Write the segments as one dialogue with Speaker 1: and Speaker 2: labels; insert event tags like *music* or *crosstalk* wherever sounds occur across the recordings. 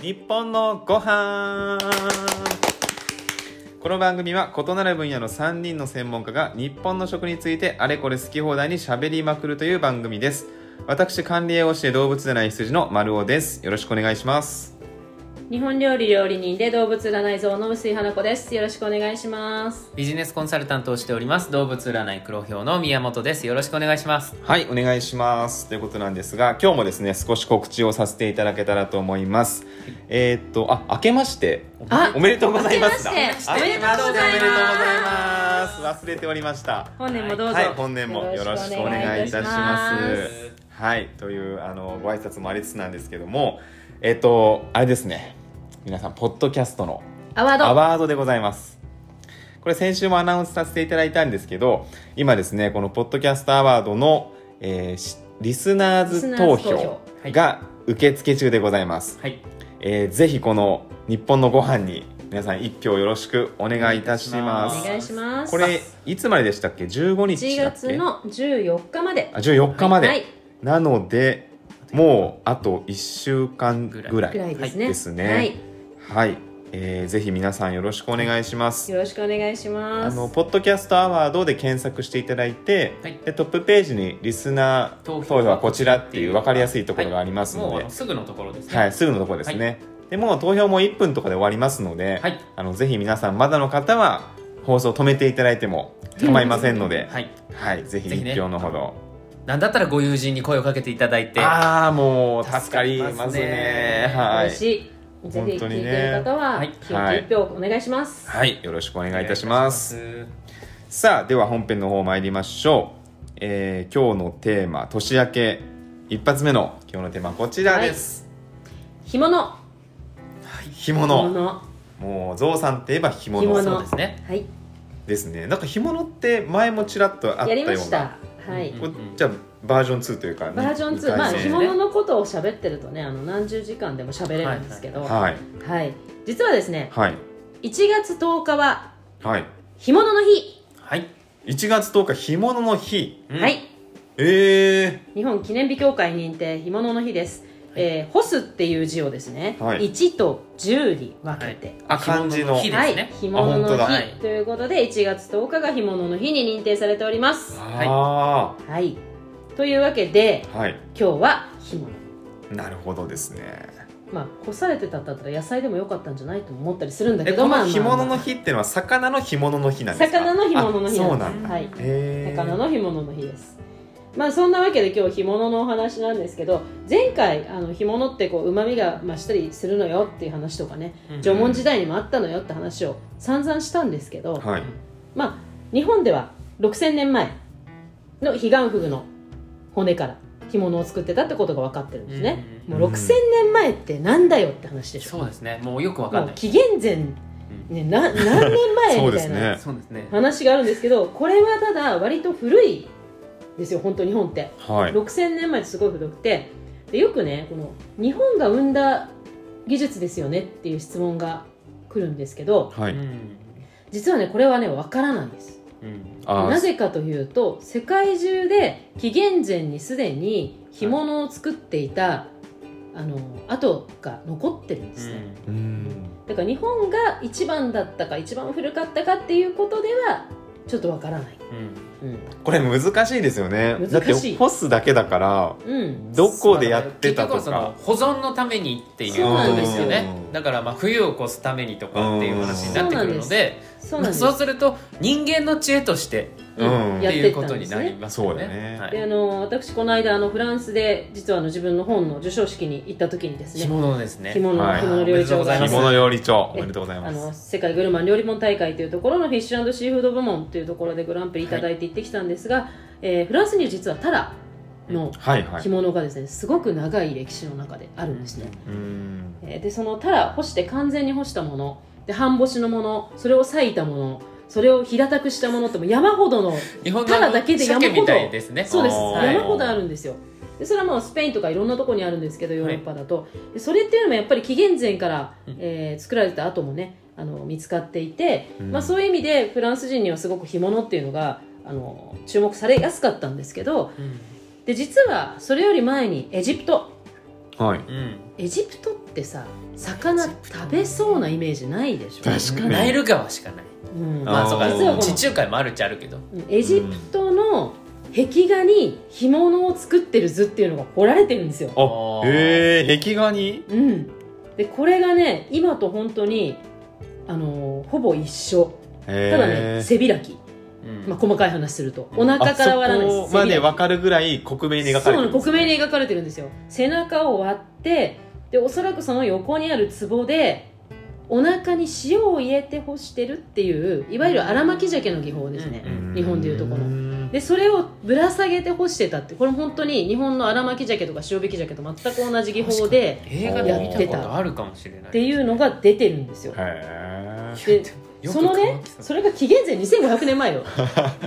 Speaker 1: 日本のご飯この番組は異なる分野の3人の専門家が日本の食についてあれこれ好き放題にしゃべりまくるという番組です私管理栄養士で動物占い羊の丸尾ですよろしくお願いします
Speaker 2: 日本料理料理人で動物占い像の薄井花子ですよろしくお願いします
Speaker 3: ビジネスコンサルタントをしております動物占い黒豹の宮本ですよろしくお願いします
Speaker 1: はいお願いしますということなんですが今日もですね少し告知をさせていただけたらと思いますえーっとあ明けまして
Speaker 2: あ
Speaker 1: おめでとうございます
Speaker 2: 明けまして
Speaker 1: あ
Speaker 2: おめでとうございま
Speaker 1: おめでとう
Speaker 2: す
Speaker 1: ございます忘れておりました
Speaker 2: 本年もどうぞ、
Speaker 1: はい、本年もよろしくお願いいたします。はい、というあのご挨拶もありつつなんですけども、えっとあれですね、皆さんポッドキャストの
Speaker 2: アワード
Speaker 1: アワードでございます。これ先週もアナウンスさせていただいたんですけど、今ですねこのポッドキャストアワードの、えーしリスナーズ投
Speaker 2: リスナーズ投
Speaker 1: 票
Speaker 3: 票
Speaker 1: が受付中でございます。
Speaker 3: はい
Speaker 1: えーぜひこの日本のご飯に皆さん一票よろしくお願いいたしま
Speaker 3: お
Speaker 1: す
Speaker 2: お。願いします
Speaker 1: これいつまででしたっけ15日
Speaker 2: 1
Speaker 1: だっけ
Speaker 2: 月の14日まで
Speaker 1: あ14日まで、
Speaker 2: はい
Speaker 1: なのでもうあと1週間ぐら
Speaker 2: ぐらい
Speaker 1: い
Speaker 2: ですね,、
Speaker 1: はいですねはい、えーぜひ皆さんよろしくお願いします
Speaker 2: よろしくお願いしま
Speaker 1: あ
Speaker 2: す
Speaker 1: のポッドキャストアワードで検索していただいて、
Speaker 3: はい
Speaker 1: でトップページにリスナー投
Speaker 3: 投
Speaker 1: 票
Speaker 3: 票
Speaker 1: はこちらっていう分かりやすいところがありますの
Speaker 3: もう
Speaker 1: で、
Speaker 3: あのすぐのところですね
Speaker 1: はい、すぐのところですね、でもう投票も1分とかで終わりますので、
Speaker 3: はい
Speaker 1: あのぜひ皆さんまだの方は放送止めていただいても構いませんので、
Speaker 3: はい
Speaker 1: はい、ぜひ
Speaker 3: ぜひね
Speaker 1: 一票のほど、
Speaker 3: なんだったらご友人に声をかけていただいて
Speaker 1: ああもう助
Speaker 3: 助
Speaker 1: か
Speaker 3: か
Speaker 1: り
Speaker 3: り
Speaker 1: ま
Speaker 3: ますすね
Speaker 1: ねはい
Speaker 2: 嬉しいぜひ聞い
Speaker 1: 本当
Speaker 2: て
Speaker 1: にね
Speaker 2: いる方は、
Speaker 3: はい
Speaker 2: 1票お願いします、
Speaker 1: はいよろしくお願
Speaker 3: お
Speaker 1: いいたしますさあでは本編の方参りましょう、えー今日のテーマ年明け一発目の今日のテーマはこちらです、
Speaker 2: 干物
Speaker 1: 干
Speaker 2: 干
Speaker 1: 物もうゾウさんといえば干物
Speaker 2: 干物
Speaker 3: そうですね
Speaker 2: はい
Speaker 1: ですねなんか干物って前もちらっとあった
Speaker 2: や
Speaker 1: よ
Speaker 2: り
Speaker 1: うな
Speaker 2: ましたはい、
Speaker 3: うん
Speaker 1: こじゃあバージョン2というか
Speaker 2: バージョン
Speaker 1: 二
Speaker 2: 2、まあ、
Speaker 1: 二回
Speaker 2: 干
Speaker 1: 戦
Speaker 2: 物のことを喋ってるとねあの何十時間でも喋れるんですけど、はい
Speaker 1: はい
Speaker 2: 実はですね
Speaker 1: はい
Speaker 2: 1月10日は
Speaker 1: はい
Speaker 2: 干物の日、
Speaker 3: はい、
Speaker 1: 1月10日干物の日
Speaker 3: うん
Speaker 2: はい
Speaker 1: え
Speaker 2: 日本記念日協会認定干物の日です、えー干すっていう字をですね、
Speaker 1: はい
Speaker 2: 1と10に分けて、
Speaker 1: ー、あ漢字の
Speaker 3: 干
Speaker 2: は
Speaker 3: 物の日
Speaker 2: い
Speaker 3: いですね
Speaker 2: 干物
Speaker 1: あ本当だ
Speaker 2: の
Speaker 3: は
Speaker 2: 日
Speaker 3: い
Speaker 2: ということで1月10日が干物の日に認定されております
Speaker 3: はい
Speaker 1: あ
Speaker 2: はいというわけで
Speaker 1: あはい
Speaker 2: 今日は干物
Speaker 1: なるほどですね
Speaker 2: まあ干されてたんだったら野菜でもよかったんじゃないと思ったりするんだけ
Speaker 1: え
Speaker 2: ど
Speaker 1: こ
Speaker 2: まあま
Speaker 1: の
Speaker 2: あ
Speaker 1: 干
Speaker 2: まあ
Speaker 1: 物の日っていうのは魚の干物の日なんですか
Speaker 2: 魚の干物の日
Speaker 1: あ
Speaker 2: な
Speaker 1: そうん
Speaker 2: で
Speaker 1: な
Speaker 2: す
Speaker 1: んだ
Speaker 2: はい
Speaker 1: へー
Speaker 2: 魚の干物の日ですまあそんなわけで今日干物のお話なんですけど前回あの干物ってこうまみが増したりするのよっていう話とかね
Speaker 3: うん
Speaker 2: 縄文時代にもあったのよって話を散々したんですけど、
Speaker 1: はい
Speaker 2: まあ日本では6000年前の彼岸フグの骨から干物を作ってたってことが分かってるんですね、
Speaker 1: うん
Speaker 2: もう6000年前ってなんだよって話でしょ、
Speaker 3: そうですねもうよくわか
Speaker 2: も
Speaker 3: ん
Speaker 2: う
Speaker 3: ない
Speaker 2: 紀元前、ね、な何年前
Speaker 1: そう
Speaker 2: み
Speaker 1: で
Speaker 2: た
Speaker 1: す
Speaker 2: いな
Speaker 1: ね
Speaker 3: そうですね
Speaker 2: 話があるんですけどこれはただ割と古いですよ本当日本って、
Speaker 1: はい
Speaker 2: 6000年前ってすごい古くてでよくねこの日本が生んだ技術ですよねっていう質問が来るんですけど
Speaker 1: は
Speaker 3: う
Speaker 1: い
Speaker 3: ん
Speaker 2: 実はねこれはねわからないんです
Speaker 3: うん
Speaker 1: あ
Speaker 2: な
Speaker 1: ー
Speaker 2: ぜかというと世界中で紀元前にすでに干物を作っていた、あの跡が残ってるんですね、
Speaker 1: うーん
Speaker 2: だから日本が一番だったか一番古かったかっていうことではちょっとわからない、
Speaker 3: うん
Speaker 2: うん
Speaker 1: これ難しいですよね
Speaker 2: 難しい
Speaker 1: だって干すだけだから
Speaker 2: うん、
Speaker 1: どこでやってたと
Speaker 3: 結局は
Speaker 1: か
Speaker 3: その保存のためにっていう
Speaker 2: そう
Speaker 3: こ
Speaker 2: なん
Speaker 3: と
Speaker 2: で
Speaker 3: ですす
Speaker 2: よ
Speaker 3: よねだからまあ冬を越すためにとかっていう話になってくるので
Speaker 2: そ
Speaker 3: そうう
Speaker 2: なんで
Speaker 3: まあ、
Speaker 2: す。
Speaker 3: そうすると人間の知恵として
Speaker 1: うん
Speaker 3: って
Speaker 2: やっ
Speaker 3: い
Speaker 2: て
Speaker 3: う
Speaker 2: った
Speaker 3: こ
Speaker 2: ん
Speaker 3: と
Speaker 2: で
Speaker 3: に
Speaker 2: す
Speaker 3: なり
Speaker 2: ね。
Speaker 3: ますよ
Speaker 1: そうだね
Speaker 3: ね。は
Speaker 2: で
Speaker 3: い
Speaker 2: あの私この間あのフランスで実はあの自分の本の授賞式に行った時にです
Speaker 3: 干
Speaker 2: ね
Speaker 3: 物ですね。
Speaker 2: 着物
Speaker 1: はい
Speaker 2: 着物料理長が
Speaker 1: 干
Speaker 3: あります
Speaker 1: 物料理長お
Speaker 2: え
Speaker 1: めでとうござい
Speaker 2: あ
Speaker 1: ます
Speaker 2: の世界グルマン料理本大会というところのフィッシュシーフード部門というところでグランプリいただいて行ってきたんですが、えーフランスには実はタラの
Speaker 1: はいはい
Speaker 2: 着物がですねすごく長い歴史の中であるんですね。
Speaker 1: うーん
Speaker 2: えーでそのタラ干して完全に干したもので半干しのものそれを裂いたものそれを平たくしたものってもう山ほどの
Speaker 3: 日本
Speaker 2: ただだけで山ほど
Speaker 3: 鮭みたいですね。
Speaker 2: そうです
Speaker 1: はい
Speaker 2: 山ほどあるんですよでそれはもうスペインとかいろんなとこにあるんですけどヨーロッパだと、でそれっていうのもやっぱり紀元前から、
Speaker 3: うん
Speaker 2: えー作られた後もねあの見つかっていて、
Speaker 1: うん
Speaker 2: まあ、そういう意味でフランス人にはすごく干物っていうのがあの注目されやすかったんですけど
Speaker 3: うん
Speaker 2: で実はそれより前にエジプト
Speaker 1: はい
Speaker 3: うん
Speaker 2: エジプトってさ魚食べそうなイメージないでしょ
Speaker 1: 確かに
Speaker 3: ナイル川しかない
Speaker 2: うん
Speaker 1: あ
Speaker 3: まあ
Speaker 1: ー
Speaker 3: そうか
Speaker 2: 実はこの
Speaker 3: 地中海もあるっちゃあるけど
Speaker 2: エジプトの壁画に干物を作ってる図っていうのが彫られてるんですよ。
Speaker 1: あ
Speaker 3: あー
Speaker 1: へえ壁画に
Speaker 2: うん、でこれがね今と本当にあのーほぼ一緒ただね
Speaker 1: へえ
Speaker 2: 背開き、
Speaker 3: うん
Speaker 2: まあ、細かい話すると
Speaker 3: うん
Speaker 2: お腹から割らない
Speaker 1: あ
Speaker 2: で
Speaker 1: そこ
Speaker 2: す背
Speaker 1: まで
Speaker 2: 開き
Speaker 1: 分かるぐらい克明に描か
Speaker 2: そう
Speaker 1: れ
Speaker 2: な
Speaker 1: てる
Speaker 2: の克明に描かれてるんですよ背中を割ってでおそらくその横にある壺でお腹に塩を入れて干してるっていういわゆる荒巻き鮭の技法ですね、
Speaker 1: うん
Speaker 2: 日本でいうとこの
Speaker 1: ん
Speaker 2: でそれをぶら下げて干してたってこれ本当に日本の荒巻き鮭とか塩引き鮭と全く同じ技法で
Speaker 3: 映画で見たことあるかもしれない
Speaker 2: っていうのが出てるんですよ
Speaker 1: へえ
Speaker 2: で
Speaker 3: よく
Speaker 2: そのね
Speaker 3: 乾きそう
Speaker 2: それが紀元前2500年前よ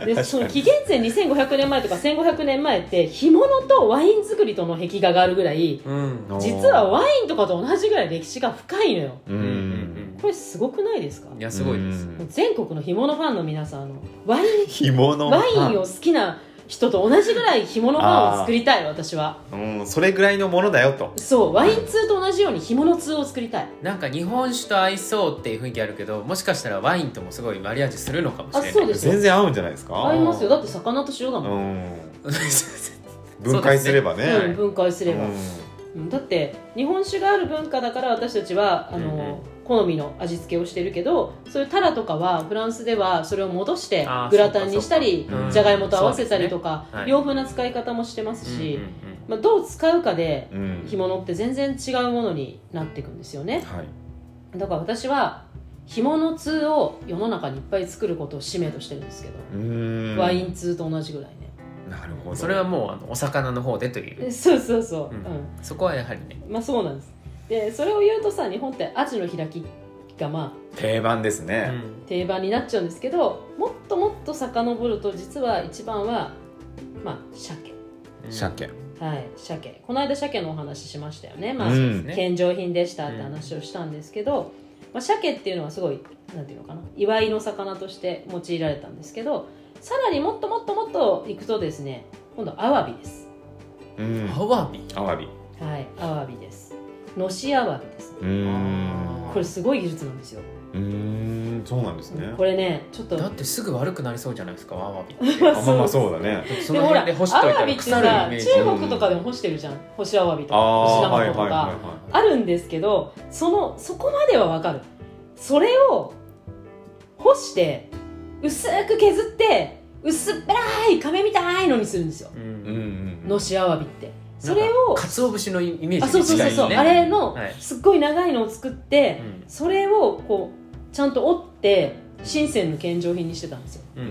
Speaker 2: でその紀元前2500年前とか1500年前って干物とワイン作りとの壁画があるぐらい
Speaker 3: うん
Speaker 2: 実はワインとかと同じぐらい歴史が深いのよ
Speaker 1: う
Speaker 3: うん
Speaker 1: ん
Speaker 2: これすごくないですか
Speaker 3: いやすごいです
Speaker 1: うん
Speaker 2: 全国の干物ファンの皆さんあのワイン
Speaker 1: 干物
Speaker 2: ワインを好きな人と同じぐらい干物ファンを作りたい私は
Speaker 1: うんそれぐらいのものだよと
Speaker 2: そうワイン通と同じように干物通を作りたい
Speaker 3: なんか日本酒と合いそうっていう雰囲気あるけどもしかしたらワインともすごいマリアージュするのかもしれない
Speaker 2: あそうです
Speaker 1: 全然合うんじゃないです
Speaker 2: 合
Speaker 1: か
Speaker 2: いますよだって魚と塩だ
Speaker 1: う
Speaker 2: もん、
Speaker 1: ん
Speaker 3: す
Speaker 1: 分解すればね
Speaker 3: そうです
Speaker 2: うん、
Speaker 3: ね
Speaker 2: 分解すれば、
Speaker 1: う
Speaker 2: うんだって日本酒がある文化だから私たちはあの、
Speaker 3: うんうん
Speaker 2: 好みの味付けをしてるけどそういうタラとかはフランスではそれを戻して
Speaker 3: あー
Speaker 2: グラタンにした
Speaker 1: そうか
Speaker 2: り
Speaker 1: そうかうん
Speaker 2: じゃがいもと合わせたりとか、
Speaker 3: すねはい
Speaker 2: 洋風な使い方もしてますし、
Speaker 3: うんうん
Speaker 2: まあ、どう使うかで
Speaker 1: んうん
Speaker 2: 干物って全然違うものになっていくんですよね
Speaker 1: はい
Speaker 2: だから私は干物通を世の中にいっぱい作ることを使命としてるんですけど、
Speaker 1: うん
Speaker 2: ワイン通と同じぐらいね
Speaker 1: なるほ
Speaker 3: う
Speaker 1: ど
Speaker 3: んそれはもうあのお魚の方でという、
Speaker 2: そうそうそう、
Speaker 3: う
Speaker 2: うん
Speaker 3: んそこはやはりね
Speaker 2: まあそうなんですでそれを言うとさ日本ってアジの開きがまあ
Speaker 1: 定番ですね
Speaker 2: 定番になっちゃうんですけどもっともっと遡ると実は一番はまあ鮭
Speaker 3: うん
Speaker 1: 鮭
Speaker 2: はい鮭この間鮭のお話ししましたよねまあ、
Speaker 1: うん
Speaker 3: ですね
Speaker 2: 献上品でしたって話をしたんですけど、まあ、鮭っていうのはすごいなんていうのかな祝いの魚として用いられたんですけどさらにもっともっともっといくとですね今度アワビです
Speaker 1: うん
Speaker 3: アワビ
Speaker 1: アワビ
Speaker 2: はいアワビですのしアワビです
Speaker 1: うーん
Speaker 2: これすごい技術なんですよ
Speaker 1: うーんそうなんですね
Speaker 2: これねちょっと
Speaker 3: だってすぐ悪くなりそうじゃないですかアワビって
Speaker 1: あまあまあそうだね
Speaker 2: *laughs*
Speaker 3: そ
Speaker 2: で
Speaker 3: の
Speaker 2: もほら
Speaker 3: 辺で干しとい
Speaker 2: ア
Speaker 3: た
Speaker 2: ワビっ
Speaker 3: ら
Speaker 2: て
Speaker 3: 腐るイ
Speaker 2: さ
Speaker 3: メージ
Speaker 2: 中国とかでも干してるじゃん干しアワビと
Speaker 1: あ
Speaker 2: か
Speaker 1: あ
Speaker 2: 干しナ
Speaker 1: は
Speaker 2: マ
Speaker 1: い
Speaker 2: コ
Speaker 1: はい
Speaker 2: と
Speaker 1: は
Speaker 2: か、
Speaker 1: いはい
Speaker 2: あるんですけどそのそこまではわかるそれを干して薄く削って薄っぺらい亀みたいのにするんですよ
Speaker 3: う
Speaker 1: うん
Speaker 3: ん
Speaker 1: うん
Speaker 2: のしアワビってそれを
Speaker 3: かつお節のイメージ
Speaker 2: あそうそうそうそう、あれの
Speaker 3: はい
Speaker 2: すっごい長いのを作って、
Speaker 3: うん
Speaker 2: それをこうちゃんと折って深センの献上品にしてたんですよ
Speaker 3: う
Speaker 1: うん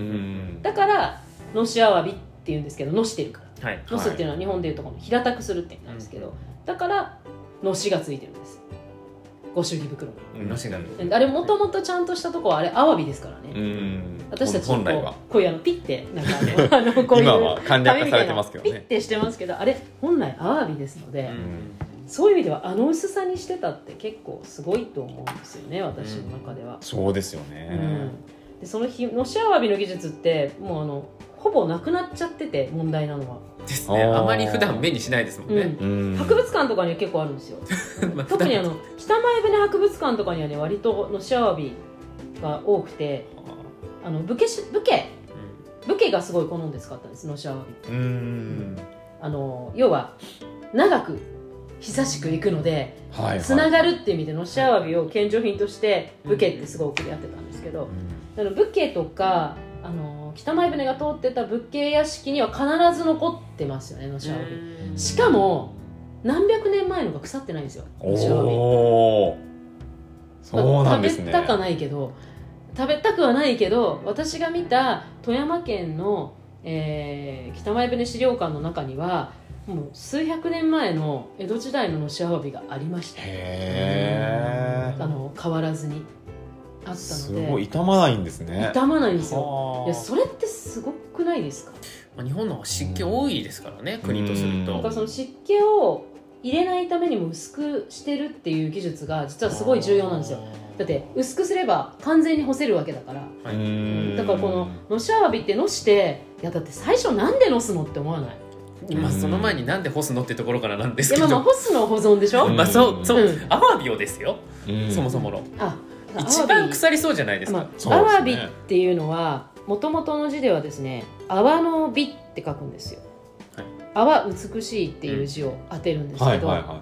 Speaker 1: ん
Speaker 2: だからのしアワビっていうんですけどのしてるから
Speaker 3: はい
Speaker 2: のすっていうのは日本でいうとこの平たくするって意味なんですけど、だからのしがついてるんですご祝儀袋
Speaker 1: うん
Speaker 3: のしが
Speaker 2: にあれもともとちゃんとしたとこはあれアワビですからね、
Speaker 1: うん
Speaker 2: 私たち
Speaker 1: 本来は
Speaker 2: こうこういうあのピッてなんか
Speaker 1: *laughs*
Speaker 2: あのあのこういう
Speaker 1: 今は簡略
Speaker 2: 紙
Speaker 1: 化
Speaker 2: み
Speaker 1: さ
Speaker 2: た
Speaker 1: れ
Speaker 2: い
Speaker 1: て
Speaker 2: な
Speaker 1: ますけど
Speaker 2: ピッ
Speaker 1: ね
Speaker 2: てしてますけどあれ本来アワビですので、
Speaker 3: うん
Speaker 2: そういう意味ではあの薄さにしてたって結構すごいと思うんですよね私の中では、
Speaker 1: そうですよ
Speaker 2: う
Speaker 1: ね
Speaker 2: んでその日のしアワビの技術ってもうあのほぼなくなっちゃってて問題なのは、
Speaker 3: ですね
Speaker 1: あー
Speaker 3: あまり普段目にしないですもん
Speaker 2: う
Speaker 3: ね
Speaker 2: ん、
Speaker 1: うん
Speaker 2: 博物館とかには結構あるんですよ
Speaker 1: *laughs*
Speaker 3: *laughs* まあ
Speaker 2: 特にあの北前船博物館とかにはね割とのしアワビが多くてあの武家し武家武家がすごい好んで使ったんですのしアワビ
Speaker 1: うん
Speaker 2: あの要は長く久しく行くので
Speaker 1: はいはい
Speaker 2: つながるっていう意味でのしアワビを献上品として武家ってすごくやってたんですけ
Speaker 1: う
Speaker 2: ど
Speaker 1: ん
Speaker 2: あの武家とかあの北前船が通ってた武家屋敷には必ず残ってますよねのしアワビ
Speaker 1: うん
Speaker 2: しかも何百年前のが腐ってないんですよのしアワビ
Speaker 1: おおそうなんですね
Speaker 2: 食べたくはないけど食べたくはないけど私が見た富山県の、えー北前船資料館の中にはもう数百年前の江戸時代ののしアワビがありました
Speaker 1: へ
Speaker 2: あ
Speaker 1: え
Speaker 2: の変わらずにあった
Speaker 1: す
Speaker 2: ので
Speaker 1: ごい傷まないんですね
Speaker 2: 傷まないんですよ
Speaker 1: はい
Speaker 2: やそれってすごくないですか
Speaker 3: まあ日本の方が湿気多いですからね国とする
Speaker 1: う
Speaker 2: だ
Speaker 1: ん
Speaker 2: から
Speaker 3: と
Speaker 2: その湿気を入れないためにも薄くしてるっていう技術が実はすごい重要なんですよだって薄くすれば完全に干せるわけだから
Speaker 3: はい
Speaker 1: うん
Speaker 2: だからこののしアワビってのしていやだって最初なんでのすのって思わない
Speaker 3: まあその前になんで干すのってところからなんですけ
Speaker 2: いやまあまあ
Speaker 3: ど
Speaker 2: 干すのは保存でしょ、
Speaker 1: うん
Speaker 3: まあそうそう
Speaker 2: うん
Speaker 3: アワビをですよ
Speaker 1: うん
Speaker 3: そもそもの
Speaker 2: あ
Speaker 3: 一番腐りそうじゃないです
Speaker 2: ま
Speaker 3: か
Speaker 1: す
Speaker 2: あ、
Speaker 1: ね
Speaker 2: アワビっていうのはもともとの字ではですね「泡の美」って書くんですよ。
Speaker 3: はい
Speaker 2: 泡美しいっていう字を当てるんです
Speaker 1: は
Speaker 2: け
Speaker 1: い
Speaker 2: ど、
Speaker 1: はいは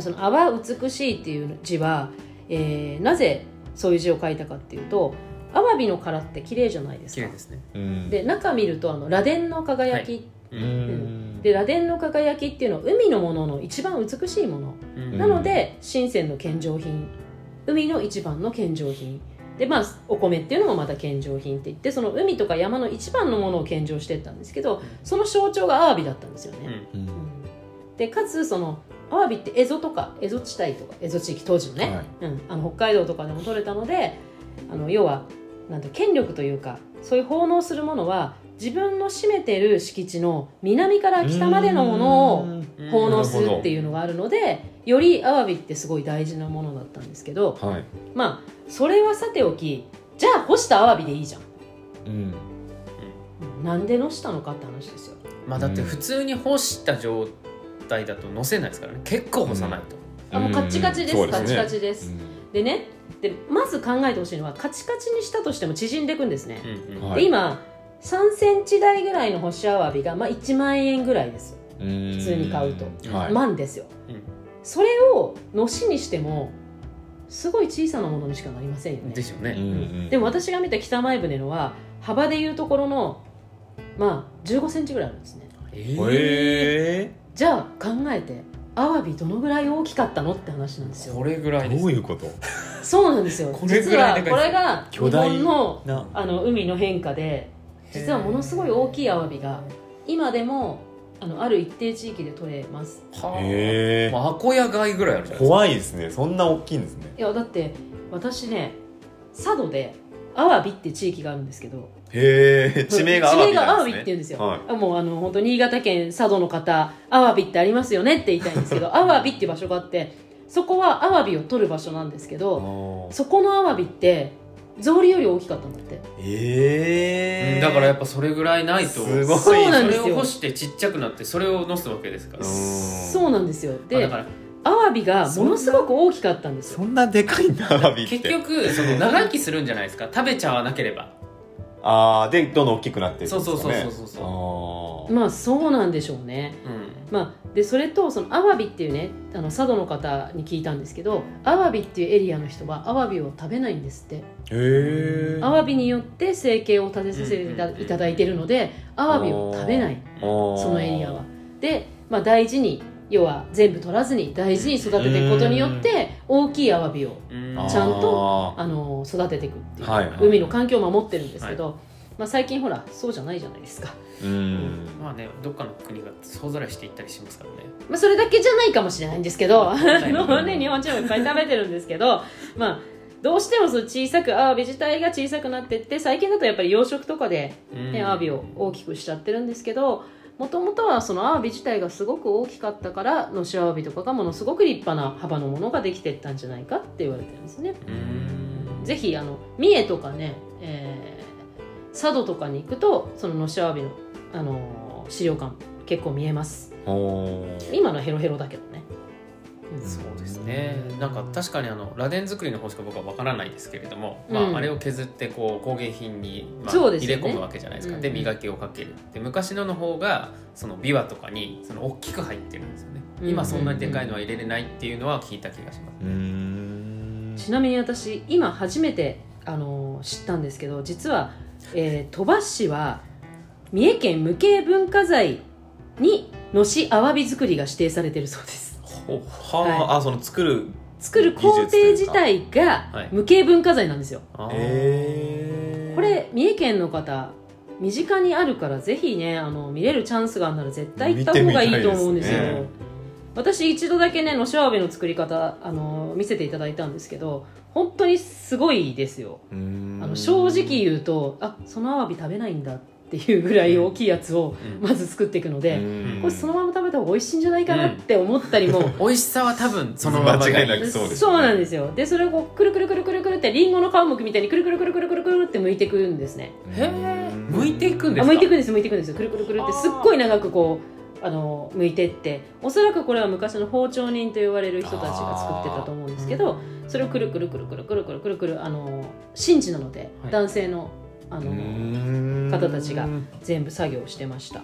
Speaker 2: その「泡美しい」っていう字は、えーなぜそういう字を書いたかっていうとアワビの殻って綺麗じゃないです
Speaker 3: 綺麗
Speaker 2: か
Speaker 3: で。すね
Speaker 1: いうん
Speaker 2: で中見るとあの螺鈿の輝き、
Speaker 1: う
Speaker 3: うん
Speaker 1: ん
Speaker 2: で螺鈿の輝きっていうのは海のものの一番美しいもの
Speaker 3: うん
Speaker 2: なので深センの献上品海の一番の献上品でまあお米っていうのもまた献上品って言ってその海とか山の一番のものを献上してったんですけどその象徴がアワビだったんですよ
Speaker 3: う
Speaker 2: ね、
Speaker 3: ん
Speaker 1: うん
Speaker 2: うんでかつそのアワビって蝦夷とか蝦夷地帯とか蝦夷地域当時のね、
Speaker 1: はい
Speaker 2: うん、あの北海道とかでも取れたのであの要はなんて権力というかそういう奉納するものは自分の占めてる敷地の南から北までのものを
Speaker 1: うん
Speaker 2: 奉納するっていうのがあるのでよりアワビってすごい大事なものだったんですけど
Speaker 1: はい
Speaker 2: まあそれはさておきじゃあ干したアワビでいいじゃん
Speaker 1: うん
Speaker 2: うんなんでのしたのかって話ですよ
Speaker 3: まあだって普通に干した状態だと乗せないですからね結構干さないと
Speaker 2: あもうカッチカチです,、
Speaker 1: そう
Speaker 2: カチカチで
Speaker 1: ですす、ね
Speaker 2: でねでまず考えてほしいのはカチカチにしたとしても縮んでいくんですね、
Speaker 3: うんうん
Speaker 1: はい
Speaker 2: で今3センチ台ぐらいの干しアワビが、まあ、1万円ぐらいです
Speaker 1: うん
Speaker 2: 普通に買うと
Speaker 1: はい
Speaker 2: 万ですよ、
Speaker 3: うん
Speaker 2: それをのしにしてもすごい小さなものにしかなりませんよね
Speaker 3: ですよ
Speaker 1: う
Speaker 3: ね
Speaker 1: んうん
Speaker 2: でも私が見た北前船のは幅でいうところのまあ1 5センチぐらいあるんですね
Speaker 3: え
Speaker 1: え
Speaker 2: じゃあ考えてアワビどのぐらい大きかったのって話なんですよ
Speaker 3: これぐらい
Speaker 1: ー
Speaker 3: です
Speaker 1: どういうこと
Speaker 2: そうなんですよ
Speaker 3: これ
Speaker 2: 実
Speaker 3: ぐらい
Speaker 2: は
Speaker 3: でかいです
Speaker 2: これが日
Speaker 1: 巨大
Speaker 2: 本の
Speaker 1: な
Speaker 2: あの海の変化で実はものすごい大きいアワビが今でもあのある一定地域で取れます
Speaker 3: は
Speaker 1: へえ
Speaker 3: あまあアコヤ貝ぐらいあるじゃないですか
Speaker 1: 怖いですねそんな大きいんですね
Speaker 2: いやだって私ね佐渡でアワビって地域があるんですけど
Speaker 1: へえ地名がアワビ
Speaker 2: 地名がア
Speaker 1: な
Speaker 2: ワ
Speaker 1: ん
Speaker 2: ビ
Speaker 1: です
Speaker 2: っ
Speaker 1: ね
Speaker 2: て言うんですよ、
Speaker 1: は
Speaker 2: もうあの本当新潟県佐渡の方アワビってありますよねって言いたいんです
Speaker 1: *laughs*
Speaker 2: けどアワビっていう場所があってそこはアワビを取る場所なんですけどそこのアワビって草履より大きかったんだって
Speaker 1: え
Speaker 3: う
Speaker 1: え
Speaker 3: んだからやっぱそれぐらいないと
Speaker 1: すごい
Speaker 2: そうなんですよ
Speaker 3: それを干してちっちゃくなってそれをのすわけですから
Speaker 1: うん
Speaker 3: ま
Speaker 2: そうなんですよ
Speaker 3: あ
Speaker 2: で
Speaker 3: だから
Speaker 2: アワビがものすごく大きかったんですよ
Speaker 1: そんなでかいんだアワビって
Speaker 3: 結局その長生きするんじゃないですか食べちゃわなければ
Speaker 1: ああでどんどん大きくなっていく
Speaker 3: そ
Speaker 1: ん
Speaker 3: う
Speaker 1: ですか
Speaker 3: そう
Speaker 1: ね
Speaker 3: そうそうそうそ
Speaker 1: あ
Speaker 2: まあそうなんでしょうね
Speaker 3: ううん
Speaker 2: まあ、でそれとそのアワビっていうねあの佐渡の方に聞いたんですけどアワビっていうエリアの人はアワビを食べないんですって
Speaker 1: あへえ
Speaker 2: アワビによって生計を立てさせていた
Speaker 3: うんうんうん
Speaker 2: いただいてるのでアワビを食べないそ
Speaker 1: そ
Speaker 2: のエリアは。で、まあ、大事に要は全部取らずに大事に育てていくことによって大きいアワビを
Speaker 3: うん
Speaker 2: ちゃん
Speaker 1: と
Speaker 2: あの育てていくっていう、
Speaker 1: はいはい
Speaker 2: 海の環境を守ってるんですけど、まあ、最近ほらそうじゃないじゃないですか、
Speaker 1: うん
Speaker 3: まあねどっかの国が総ざらいしていったりしますからね
Speaker 2: まあ、それだけじゃないかもしれないんですけどあ
Speaker 3: い
Speaker 2: の、ね、日本人もいっぱい食べてるんですけどまあどうしてもその小さくアワビ自体が小さくなってって最近だとやっぱり養殖とかでね、アワビを大きくしちゃってるんですけどもともとはそのアワビ自体がすごく大きかったからのしアワビとかがものすごく立派な幅のものができてったんじゃないかって言われてるんですね。
Speaker 3: うん
Speaker 2: ぜひあの三重とかね、えー佐渡とかに行くとそののしアワビの、あのー資料館結構見えます
Speaker 1: おー
Speaker 2: 今のはヘロヘロだけどね、うん
Speaker 3: そうですねなんか確かにあの螺鈿作りの方しか僕は分からないですけれども、
Speaker 2: うん
Speaker 3: まあ、あれを削ってこう工芸品に、まあ
Speaker 2: そうです
Speaker 3: 入
Speaker 2: よね
Speaker 3: れ込むわけじゃないですかで
Speaker 2: うん
Speaker 3: 磨きをかけるで昔のの方がその琵琶とかにその大きく入ってるんですよね
Speaker 2: うん
Speaker 3: 今そんなにでかいのは入れれないっていうのは聞いた気がします、
Speaker 1: うーん
Speaker 2: ちなみに私今初めて、あのー知ったんですけど実は、えー鳥羽市は三重県無形文化財にのしアワビ作りが指定されてるそうです
Speaker 1: ほはああその作る
Speaker 2: 作る工程自体
Speaker 3: は
Speaker 2: が
Speaker 3: い
Speaker 2: 無形文化財なんですよ、
Speaker 3: あー
Speaker 1: えー
Speaker 2: これ三重県の方身近にあるからぜひねあの見れるチャンスがあるなら絶対行った方がいいと思うんですよ
Speaker 1: 見てみたいですね
Speaker 2: 私一度だけねのしアワビの作り方あの見せていただいたんですけど本当にすごいですよ
Speaker 1: うーん
Speaker 2: あの正直言うとあそのアワビ食べないんだっていうぐらい大きいやつを
Speaker 3: うん
Speaker 2: まず作っていくの
Speaker 1: う
Speaker 2: で、
Speaker 1: ーん
Speaker 2: これそのまま食べた方が美味しいんじゃないかなって思ったりも、
Speaker 3: 美味しさは多分そのままが
Speaker 1: 間違いなく
Speaker 2: そ
Speaker 1: そううですね
Speaker 2: なんですよでそれをこうくるくるくるくるくるってリンゴの皮むくみたいにくるくるくるくるくるくるって剥いていくんですね
Speaker 1: うーん
Speaker 3: へえ向いていくんで
Speaker 2: あ
Speaker 3: すか
Speaker 2: 剥いていくんです剥いていくんですよくるくるくるってすっごい長くこうあの剥いてっておそらくこれは昔の包丁人と言われる人たちが作ってたと思うんですけど、それをくるくるくるくるくるくるくるくるあの神事なので、
Speaker 3: はい
Speaker 2: 男性のあ
Speaker 1: うー
Speaker 2: の、
Speaker 1: ん
Speaker 2: 方たちが
Speaker 1: うん
Speaker 2: 全部作業してました。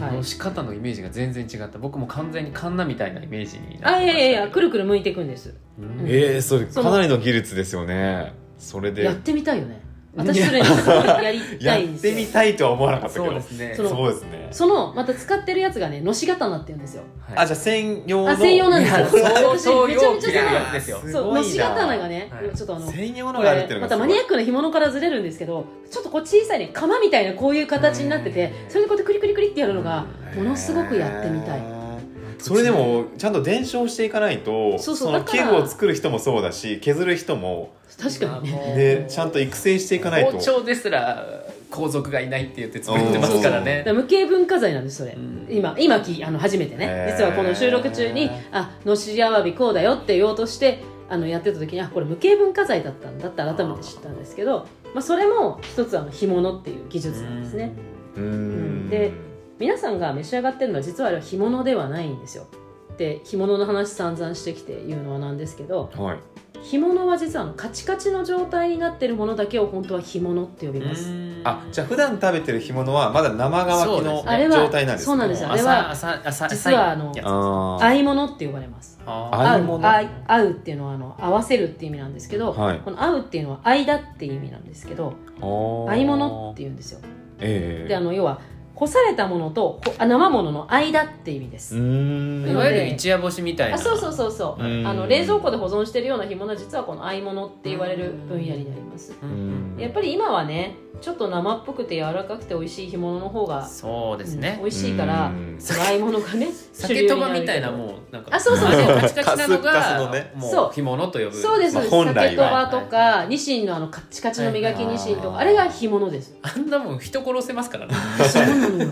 Speaker 2: はい
Speaker 3: 押し方のイメージが全然違った僕も完全にカンナみたいなイメージにな
Speaker 2: あ
Speaker 3: って
Speaker 2: いや
Speaker 3: ました
Speaker 2: いやいや
Speaker 3: けど
Speaker 2: くるくる剥いていくんです。
Speaker 3: うん
Speaker 1: えー、それ
Speaker 2: そ
Speaker 1: か
Speaker 2: の
Speaker 1: なりの技術ですよねそれで
Speaker 2: やってみたいよね。私それすごいやりた
Speaker 1: や
Speaker 2: いん
Speaker 1: っ
Speaker 2: です
Speaker 1: て
Speaker 2: よ。
Speaker 1: みたいとは思わなかったけ
Speaker 3: そう
Speaker 1: ど
Speaker 3: ですね
Speaker 2: その
Speaker 1: そうですね
Speaker 2: そのまた使ってるやつがねのし刀って言うんですよ。
Speaker 3: はい
Speaker 1: あじゃあ専用の
Speaker 2: あ専用なんですよ
Speaker 3: いや
Speaker 2: これ
Speaker 3: 相当
Speaker 2: 私めちゃめちゃ
Speaker 3: 容器が
Speaker 1: い
Speaker 3: あ
Speaker 1: や
Speaker 3: るやつですよ
Speaker 1: す
Speaker 2: そう
Speaker 1: ごいな
Speaker 2: のし刀がね、
Speaker 3: はい
Speaker 2: ちょっとあの
Speaker 1: 専用の
Speaker 2: こ
Speaker 1: があるっ
Speaker 2: れ
Speaker 1: ていうのが
Speaker 2: また
Speaker 1: す
Speaker 2: マ
Speaker 1: ごい
Speaker 2: ニアックな干物からずれるんですけどちょっとこう小さいね釜みたいなこういう形になってて
Speaker 3: うん
Speaker 2: それでこうやってクリクリクリってやるのがものすごくやってみたい
Speaker 1: へーそれでもちゃんと伝承していかないと
Speaker 2: そうそう
Speaker 1: の
Speaker 2: だか
Speaker 1: 器
Speaker 2: ら
Speaker 1: 具を作る人もそうだし削る人も
Speaker 2: 確かにね
Speaker 3: もう
Speaker 1: でちゃんと育成していかないと
Speaker 3: 包丁ですら皇族がいないって言って作ってますから
Speaker 2: だ
Speaker 3: ね
Speaker 2: から無形文化財なんですそれ、
Speaker 3: うん
Speaker 2: 今今きあの初めてね
Speaker 1: へー
Speaker 2: 実はこの収録中に「あのしあわびこうだよ」って言おうとしてあのやってた時にあこれ無形文化財だったんだって改めて知ったんですけど、まあ、それも一つあの干物っていう技術なんですね
Speaker 1: うーん
Speaker 2: で皆さんが召し上がってるのは実はあれは干物ではないんですよで干物の話散々してきて言うのはなんですけど
Speaker 1: はい
Speaker 2: 干物は実はあのカチカチの状態になってるものだけを本当は干物って呼び
Speaker 3: う
Speaker 2: ます、
Speaker 3: ん
Speaker 1: あじゃあ普段食べてる干物はまだ生乾
Speaker 3: そ
Speaker 1: き
Speaker 3: うです
Speaker 1: の
Speaker 3: ね
Speaker 2: あれは
Speaker 1: 状態なんですね
Speaker 2: そうなんですよあれは
Speaker 3: 朝朝朝
Speaker 2: 実はあの
Speaker 3: やつ
Speaker 1: あー
Speaker 2: 合い物って呼ばれます
Speaker 1: 合
Speaker 3: あ
Speaker 1: い物
Speaker 2: 合う合い合うっていうのはあの合わせるっていう意味なんですけど、
Speaker 1: はい
Speaker 2: この合うっていうのは間っていう意味なんですけど合い物っていうんですよ
Speaker 1: ええ
Speaker 2: であの要は干されたものとほあ生ものの間っていう意味です、
Speaker 1: うーん
Speaker 3: いわゆる一夜干しみたいな
Speaker 2: あそうそうそうそう
Speaker 1: うん
Speaker 2: あの冷蔵庫で保存してるような干物は実はこの合い物って言われる分野になります
Speaker 3: う
Speaker 1: うん
Speaker 2: やっぱり今はねちょっと生っぽくて柔らかくて美味しい干物の方が
Speaker 3: そうですね
Speaker 2: うん美味しいから
Speaker 1: うん
Speaker 2: その合い物がね
Speaker 3: 酒とば
Speaker 2: 主流に
Speaker 3: みたい
Speaker 2: る
Speaker 3: なもうなんか
Speaker 2: あそうそう
Speaker 3: あ
Speaker 2: そう
Speaker 3: のカチカチなの
Speaker 1: カスカスの
Speaker 3: が
Speaker 1: ね
Speaker 2: そ
Speaker 3: も
Speaker 2: う
Speaker 3: う干物と呼ぶ
Speaker 2: そうです、
Speaker 1: まあ本来
Speaker 2: 酒とば
Speaker 3: は
Speaker 2: とか、
Speaker 3: は
Speaker 2: ニシンのあのカッチカチの磨きニシンとか、
Speaker 1: はい
Speaker 2: あれが干物です
Speaker 3: あんなもん人殺せますからね
Speaker 2: そうなのよ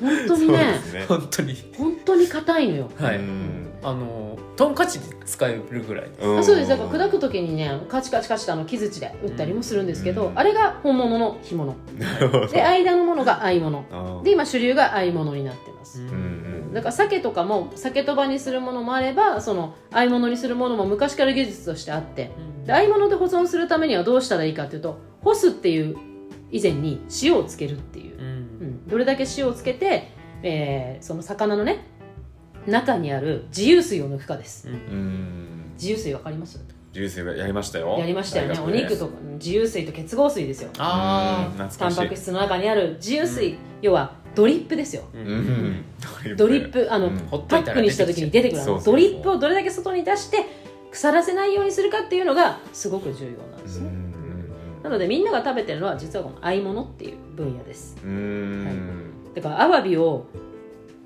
Speaker 2: 本当に
Speaker 1: そう
Speaker 2: ね
Speaker 1: ですね
Speaker 3: 本当に
Speaker 2: 本当に硬いのよ
Speaker 3: はい
Speaker 1: うん
Speaker 3: あのトンカチで使えるぐらい
Speaker 1: ん
Speaker 2: あそうですだから砕く時にねカチカチカチとあの木槌で打ったりもするんですけど、
Speaker 1: うん
Speaker 2: あれが本物の干物
Speaker 1: なるほど
Speaker 2: で間のものが合い物
Speaker 1: *laughs* あー
Speaker 2: で今主流が合い物になってます、
Speaker 1: うんうん
Speaker 2: だから鮭とかも鮭とばにするものもあればその合い物にするものも昔から技術としてあってで合い物で保存するためにはどうしたらいいかっていうと干すっていう以前に塩をつけるっていう、うん、どれだけ塩をつけて、えーその魚のね中にある自由水を抜くかです
Speaker 1: うん
Speaker 2: 自由水わかります
Speaker 1: ジュースやりましたよ
Speaker 2: やりましたよねお
Speaker 1: 大学で
Speaker 2: 肉とか自由水と結合水ですよ
Speaker 3: あ
Speaker 1: うん
Speaker 2: タ
Speaker 1: 懐
Speaker 2: ンパ
Speaker 1: か
Speaker 2: ク
Speaker 1: しい
Speaker 2: 質の中にある自由水、
Speaker 3: う
Speaker 2: 要はドリップですよ
Speaker 3: あ
Speaker 1: うん
Speaker 2: ドリップあの、
Speaker 1: うん
Speaker 3: ほっ
Speaker 2: パ
Speaker 3: とい
Speaker 2: ッ
Speaker 3: た
Speaker 2: ク
Speaker 3: ら
Speaker 2: に
Speaker 3: 出
Speaker 2: してた
Speaker 3: き
Speaker 2: 時
Speaker 3: ちゃ
Speaker 2: に
Speaker 3: う
Speaker 2: 出てくるあ
Speaker 1: そう
Speaker 2: の
Speaker 1: そうそう
Speaker 2: ドリップをどれだけ外に出して腐らせないようにするかっていうのがすごく重要なんです
Speaker 1: うん
Speaker 2: ね、
Speaker 1: うん
Speaker 2: なのでみんなが食べてるのは実はこの合い物っていう分野です
Speaker 1: うんうん
Speaker 2: だからアワビを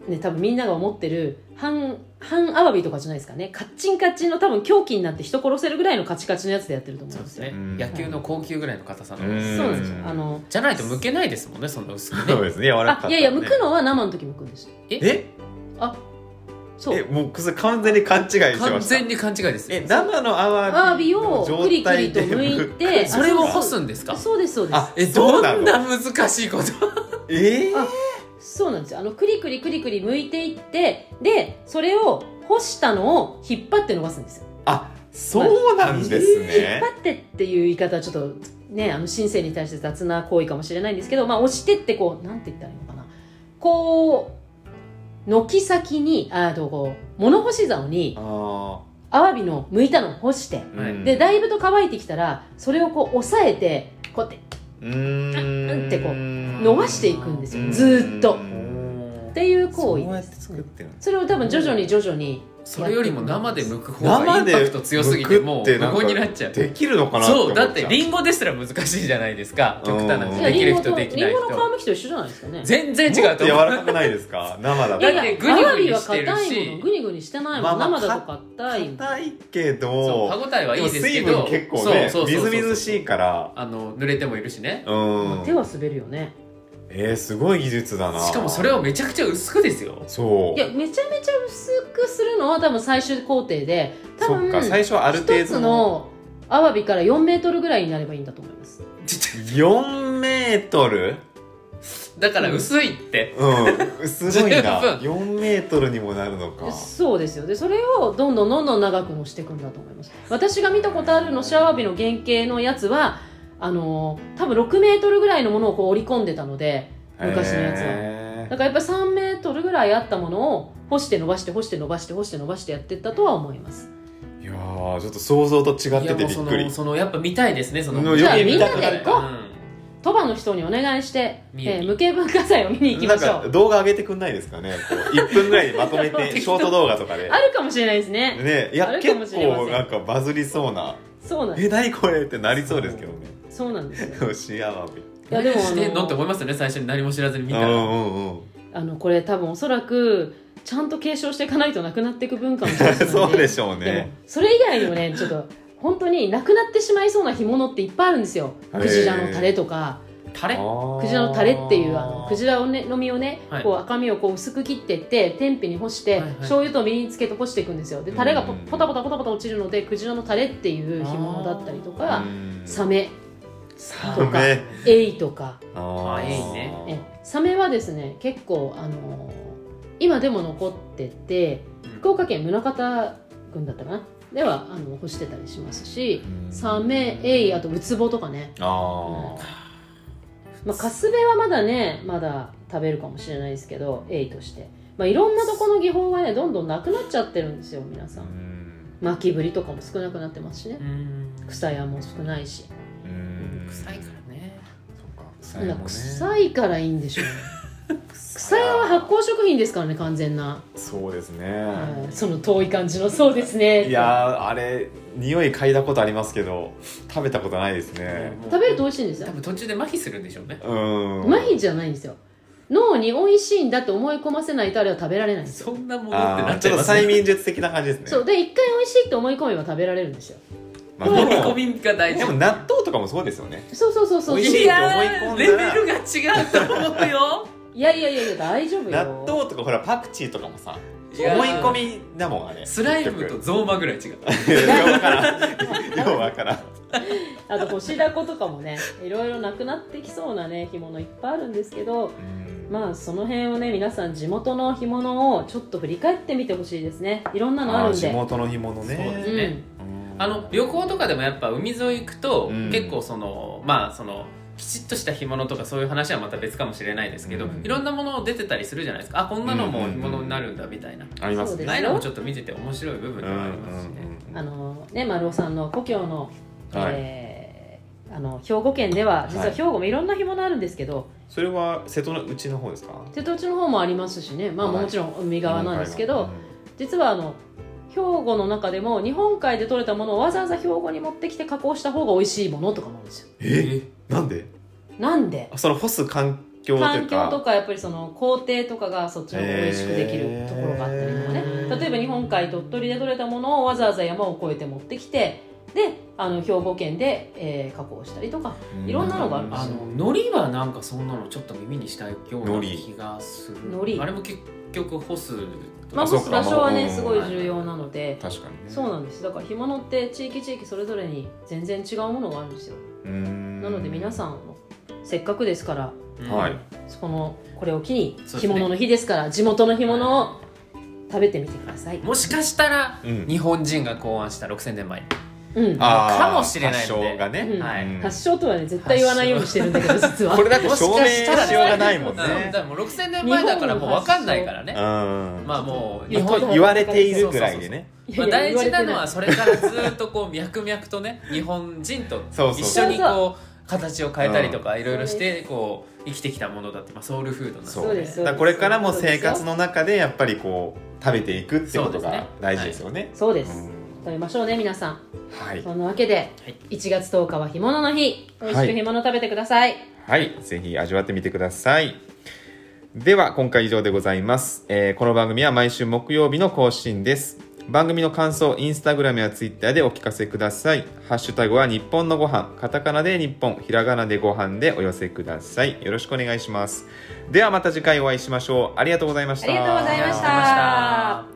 Speaker 2: ね多分みんなが思ってる半半アワビとかじゃないですかねカッチンカッチンの多分凶器になって人殺せるぐらいのカチカチのやつでやってると思う
Speaker 3: そ
Speaker 2: ん
Speaker 3: う
Speaker 2: で
Speaker 3: ですす
Speaker 2: よ
Speaker 3: ね
Speaker 1: うん
Speaker 3: 野球の高級ぐらいの硬さなんで
Speaker 1: う
Speaker 3: す
Speaker 2: そうなんですよ
Speaker 1: うん
Speaker 2: あの
Speaker 3: じゃないと剥けないですもんねそんな薄く
Speaker 1: そう
Speaker 3: ね
Speaker 1: ですね柔らかか
Speaker 2: あ
Speaker 1: った
Speaker 2: い
Speaker 1: ね
Speaker 2: やいや剥くのは生の時剥くんですよ
Speaker 1: え
Speaker 2: あそ
Speaker 1: え
Speaker 2: う
Speaker 1: もうそれ完全に勘違いしてま
Speaker 3: 完
Speaker 1: した
Speaker 3: 全に勘違いですよ
Speaker 1: え生のアワビ
Speaker 2: アワビ
Speaker 1: の
Speaker 2: をクリ
Speaker 1: 状
Speaker 2: クリ
Speaker 1: 態
Speaker 2: と
Speaker 1: で
Speaker 2: 剥いて
Speaker 3: それを干
Speaker 2: あ
Speaker 3: すんですか
Speaker 2: そうですそうです
Speaker 1: あえど
Speaker 3: ど
Speaker 1: うなの
Speaker 3: んな難しいこと
Speaker 1: えー
Speaker 2: あそうなんですよあのクリクリクリクリ剥いていってでそれを干したのを引っ張って伸ばすんですよ
Speaker 1: あそうなんです
Speaker 2: 引っ
Speaker 1: ね
Speaker 2: 張ってっていう言い方はちょっとねあの新生に対して雑な行為かもしれないんですけど、まあ、押してってこうなんて言ったらいいのかなこう軒先にあとこう物干し竿に
Speaker 1: あ
Speaker 2: アワビの剥いたのを干して
Speaker 1: ーうん
Speaker 2: でだいぶと乾いてきたらそれをこう押さえてこうやって
Speaker 1: うーん
Speaker 2: ってこう伸
Speaker 1: 伸
Speaker 2: ばしていくんですよずーっとっていう行為
Speaker 1: そうやって作ってるんです
Speaker 2: それを多分徐々に徐々に
Speaker 3: それよりも生で剥く方がインパクト強すぎてもう無言になっちゃう
Speaker 1: できるのかなって思
Speaker 3: そう
Speaker 1: っちゃ
Speaker 3: だってリンゴですら難しいじゃないですか極端な
Speaker 1: うん
Speaker 2: いや
Speaker 3: でき
Speaker 2: リン
Speaker 3: る
Speaker 2: ゴと
Speaker 3: 人できない
Speaker 2: リンゴの
Speaker 3: 人
Speaker 2: 皮むきと一緒じゃないですかね
Speaker 3: 全然
Speaker 1: も
Speaker 3: 違
Speaker 1: っ
Speaker 3: う
Speaker 1: と
Speaker 3: と
Speaker 1: 柔
Speaker 3: 思う
Speaker 1: らかくないですか生だ
Speaker 2: い
Speaker 1: と
Speaker 2: やい
Speaker 3: だって
Speaker 2: や、
Speaker 3: グニ
Speaker 2: ア
Speaker 3: グニ
Speaker 2: ワビは
Speaker 3: してるし
Speaker 2: 硬いもの、グニグニしてないもん、
Speaker 1: まあまあ
Speaker 2: 生だと硬いもん。
Speaker 1: 硬いけ
Speaker 3: そう
Speaker 1: ど
Speaker 3: 歯応えはいいですけ
Speaker 1: 水
Speaker 3: ど
Speaker 1: 分結構ね
Speaker 3: そう
Speaker 1: み
Speaker 3: そうそうそ
Speaker 1: ず
Speaker 3: う
Speaker 1: みずしいから
Speaker 3: あの濡れてもいるしね
Speaker 1: うん
Speaker 2: 手は滑るよね。
Speaker 1: えーすごい技術だな
Speaker 3: しかもそれをめちゃくちゃ薄くですよ
Speaker 1: そう
Speaker 2: いや、めちゃめちゃ薄くするのは多分最終工程で、多
Speaker 1: そっ
Speaker 2: 分、
Speaker 1: か最初はある程
Speaker 2: 一
Speaker 1: 度
Speaker 2: つのアワビから4メートルぐらいになればいいんだと思います。
Speaker 1: 4メートル
Speaker 3: *laughs* だから薄いって、
Speaker 1: うん、すごいな
Speaker 3: 十分
Speaker 1: 4メートルにもなるのか
Speaker 2: でそうですよでそれをどんどんどんどん長くのしていくんだと思います私が見たことあるのしアワビの原型のやつはあのー多分6メートルぐらいのものをこう織り込んでたので昔のやつは
Speaker 1: へ
Speaker 2: だからやっぱり3メートルぐらいあったものを干して伸ばして干して伸ばして干して伸ばしてやってったとは思います
Speaker 1: ーいやーちょっと想像と違っ
Speaker 3: い
Speaker 1: て
Speaker 3: や
Speaker 1: て
Speaker 3: もう
Speaker 1: びっ
Speaker 3: そ
Speaker 1: くり
Speaker 3: のそのやっぱ見たいですねその
Speaker 1: うん
Speaker 2: じゃあみんなで
Speaker 3: 見たく
Speaker 2: 行こう
Speaker 3: なる
Speaker 2: 鳥羽の人にお願いして、
Speaker 3: 見に
Speaker 2: えー無形文化財を見に行き
Speaker 1: な
Speaker 2: ま
Speaker 1: ん
Speaker 2: しょ
Speaker 1: か動画上げてくんないですかねこう1分ぐらいにまとめ
Speaker 2: *laughs*
Speaker 1: てショート動画とかで
Speaker 2: うあるかもしれないですね
Speaker 1: ねい
Speaker 2: あ
Speaker 1: や
Speaker 2: る
Speaker 1: 結
Speaker 2: かもしれません
Speaker 1: 構なんかバズりそうな
Speaker 2: そうなん
Speaker 1: え何これってなりそうですけど
Speaker 2: そうなんですよ
Speaker 1: ねシアワビ
Speaker 2: いやでも
Speaker 3: 何してんのって
Speaker 2: あの
Speaker 3: 思いますよね最初に何も知らずに見
Speaker 1: うん
Speaker 3: た
Speaker 1: う
Speaker 3: ら、
Speaker 1: んうん
Speaker 2: あのこれ多分おそらくちゃんと継承していかないとなくなっていく文化の一つなん
Speaker 1: *laughs*
Speaker 2: で
Speaker 1: そうでしょう
Speaker 2: でも
Speaker 1: ね
Speaker 2: それ以外にもねちょっと本当になくなってしまいそうな干物っていっぱいあるんですよ
Speaker 1: へー
Speaker 2: クジラのタレとか
Speaker 3: タレ
Speaker 2: ク
Speaker 1: ク
Speaker 2: ジラのタレっていうあのクジラを、ね、の身をね、
Speaker 3: はい
Speaker 2: こう赤身をこう薄く切ってって天日に干して、
Speaker 3: はいはい
Speaker 2: 醤油とみりんつけて干していくんですよでタレがポ
Speaker 1: うん
Speaker 2: ポタポタポタポタ落ちるのでクジラのタレっていう干物だったりとかサ
Speaker 1: メ
Speaker 2: メ
Speaker 3: サ
Speaker 2: とか
Speaker 1: メ
Speaker 2: エイとか
Speaker 1: あー
Speaker 3: エイね
Speaker 2: えサメはですね結構、あのー今でも残ってて福岡県宗像郡だったかなではあの干してたりしますし、
Speaker 1: うん
Speaker 2: サメエイあとウツボとかね、
Speaker 1: あー
Speaker 2: まあ、カスベはまだねまだ食べるかもしれないですけどエイとして、まあ、いろんなとこの技法がねどんどんなくなっちゃってるんですよ皆さ
Speaker 1: うんん
Speaker 2: 巻きぶりとかも少なくなってますしね
Speaker 3: うん
Speaker 2: 草屋も少ないし
Speaker 1: うん
Speaker 3: 臭いからね
Speaker 1: そっか臭
Speaker 2: なん
Speaker 1: い
Speaker 2: だ
Speaker 1: も
Speaker 2: か
Speaker 1: ね
Speaker 2: 臭いからいいんで
Speaker 1: *laughs*
Speaker 2: しょうね
Speaker 1: 臭
Speaker 2: 草屋は発酵食品ですからね完全な、
Speaker 1: そうですね、
Speaker 2: はいその遠い感じのそうですね
Speaker 1: いやーあれ匂い嗅いだことありますけど食べたことないですね
Speaker 2: 食べると美
Speaker 3: と
Speaker 2: 味しいんですよ
Speaker 3: 多分途中で麻痺するんでしょうね
Speaker 1: うん
Speaker 2: 麻痺じゃないんですよ脳に美味しいんだって思い込ませないとあれは食べられないんですよ
Speaker 3: そんなものってな
Speaker 1: あー
Speaker 3: っ
Speaker 1: ち
Speaker 3: ちゃ
Speaker 1: ょ
Speaker 3: い
Speaker 1: っ
Speaker 3: ま
Speaker 1: と
Speaker 3: す
Speaker 1: 催
Speaker 3: ね
Speaker 1: 眠術的な感じですね
Speaker 2: そうで一回美味しいって思い込めば食べられるんですよ
Speaker 1: まあ
Speaker 3: 飲み
Speaker 1: でも
Speaker 3: 込みが大事
Speaker 1: でも納豆とかもそうですよね
Speaker 2: そうそうそうそう
Speaker 1: 美味しい
Speaker 2: い
Speaker 1: って
Speaker 2: や
Speaker 1: 思い込んだら
Speaker 3: やーレベルが違うと思うよ
Speaker 2: いやいやいや大丈夫よ
Speaker 1: 納豆とかほらパクチーとかもさ
Speaker 3: い
Speaker 1: 思
Speaker 3: やー
Speaker 1: い込みだもんあれ
Speaker 3: スライムと
Speaker 1: 結
Speaker 3: ゾーマぐらい違う *laughs*
Speaker 1: 局ようわからんようわからん
Speaker 2: *laughs* あと干しだことかもねいろいろなくなってきそうなね干物いっぱいあるんですけどまあその辺をね皆さん地元の干物をちょっと振り返ってみてほしいですねいろんなの
Speaker 1: あ
Speaker 2: あ
Speaker 1: ー
Speaker 2: るん
Speaker 1: 地
Speaker 2: で
Speaker 1: 元の干物ね
Speaker 3: そうで
Speaker 2: う
Speaker 3: すね
Speaker 2: ん
Speaker 1: うん
Speaker 3: あの旅行とかでもやっぱ海沿い行くと、
Speaker 1: うん
Speaker 3: 結構そのまあそのきちっとした干物とかそういう話はまた別かもしれないですけど、
Speaker 1: うん
Speaker 3: いろんなもの出てたりするじゃないですかあこんなのも干物になるんだみたいな、
Speaker 1: あります
Speaker 2: そうで
Speaker 1: ね
Speaker 3: ああいうのもちょっと見てて面白い部分ではありますしね、
Speaker 1: うんうんうん
Speaker 2: あのね丸尾さんの故郷の、
Speaker 1: はい
Speaker 2: えーあの兵庫県では実は兵庫もいろんな干物あるんですけど、
Speaker 1: それは瀬戸のうちの方ですか
Speaker 2: 瀬戸内の方もありますしね、まあ、
Speaker 1: はい
Speaker 2: もちろん海側なんですけど、
Speaker 1: うん
Speaker 2: 実はあの兵庫の中でも日本海で採れたものをわざわざ兵庫に持ってきて加工した方が美味しいものとかもあるんですよ
Speaker 1: えなんで
Speaker 2: なんで
Speaker 1: その干す環境とい
Speaker 2: 環
Speaker 1: う
Speaker 2: 境
Speaker 1: か
Speaker 2: とかやっぱりその工程とかがそっちの方が美味しくできるところがあったりとかね、
Speaker 3: へー
Speaker 2: 例えば日本海鳥取で採れたものをわざわざ山を越えて持ってきてであの兵庫県で、えー加工したりとか
Speaker 1: うん
Speaker 2: いろんなのがあるんです
Speaker 3: あ
Speaker 2: よ
Speaker 3: の海苔はなんかそんなのちょっと耳にしたような気がする
Speaker 2: 海苔
Speaker 3: あれも結局干すと
Speaker 2: まあ
Speaker 1: そ
Speaker 2: 干
Speaker 1: う
Speaker 2: す
Speaker 1: か
Speaker 2: 場所は
Speaker 1: う
Speaker 2: ね
Speaker 1: ん
Speaker 2: すごい重要なので
Speaker 1: 確かにね
Speaker 2: そうなんですだから干物って地域地域それぞれに全然違うものがあるんですよ
Speaker 1: うん
Speaker 2: なので皆さんもせっかくですから
Speaker 3: うん
Speaker 1: はい
Speaker 2: このこれを機に
Speaker 3: そうです
Speaker 2: 干
Speaker 3: ね
Speaker 2: 物の日ですから地元の干物を食べてみてください、
Speaker 3: もしかしたら
Speaker 1: うん
Speaker 3: 日本人が考案した6000年前に
Speaker 2: うん、
Speaker 1: あー
Speaker 3: かもしれないんで
Speaker 1: 発祥がね
Speaker 2: うん
Speaker 3: はい
Speaker 1: うん
Speaker 2: 発祥とはね絶対言わないようにしてるんだけど実は
Speaker 1: これだって証明しようがないもん
Speaker 3: うんだ
Speaker 1: ね
Speaker 3: からもう6000年前だからもう分かんないからね
Speaker 1: うん
Speaker 3: まあもう
Speaker 2: 日
Speaker 3: 日
Speaker 2: 本
Speaker 3: 本
Speaker 1: と言われているぐらいでね
Speaker 2: い
Speaker 3: ま
Speaker 2: や
Speaker 3: あ、
Speaker 2: いや
Speaker 3: 大事なのは
Speaker 2: 言わ
Speaker 3: それからずっとこう脈々と
Speaker 1: *laughs*
Speaker 3: ね日本人と
Speaker 1: そうそう
Speaker 3: 一緒にこう形を変えたりとかいろいろしてこう生きてきたものだって、まあ、ソウルフードなんで
Speaker 1: そう
Speaker 2: です
Speaker 1: だからこれからも生活の中でやっぱりこう食べていくってこと
Speaker 3: そうです
Speaker 1: が
Speaker 3: ね
Speaker 1: 大事ですよね
Speaker 2: れてないそうで
Speaker 1: う
Speaker 2: す
Speaker 1: ん
Speaker 2: 食べましょうね皆さん
Speaker 1: はい
Speaker 2: そんなわけで
Speaker 3: はい
Speaker 2: 1月10日は干物の日美味しく干物食べてください、
Speaker 1: はい、ぜひ味わってみてください。では、今回以上でございます。えーこの番組は毎週木曜日の更新です。番組の感想、インスタグラムやツイッターでお聞かせください。ハッシュタグは日本のご飯、カタカナで日本、ひらがなでご飯でお寄せください。よろしくお願いします。ではまた次回お会いしましょう。ありがとうございました。
Speaker 2: ありがとうございました
Speaker 3: ありがとうございました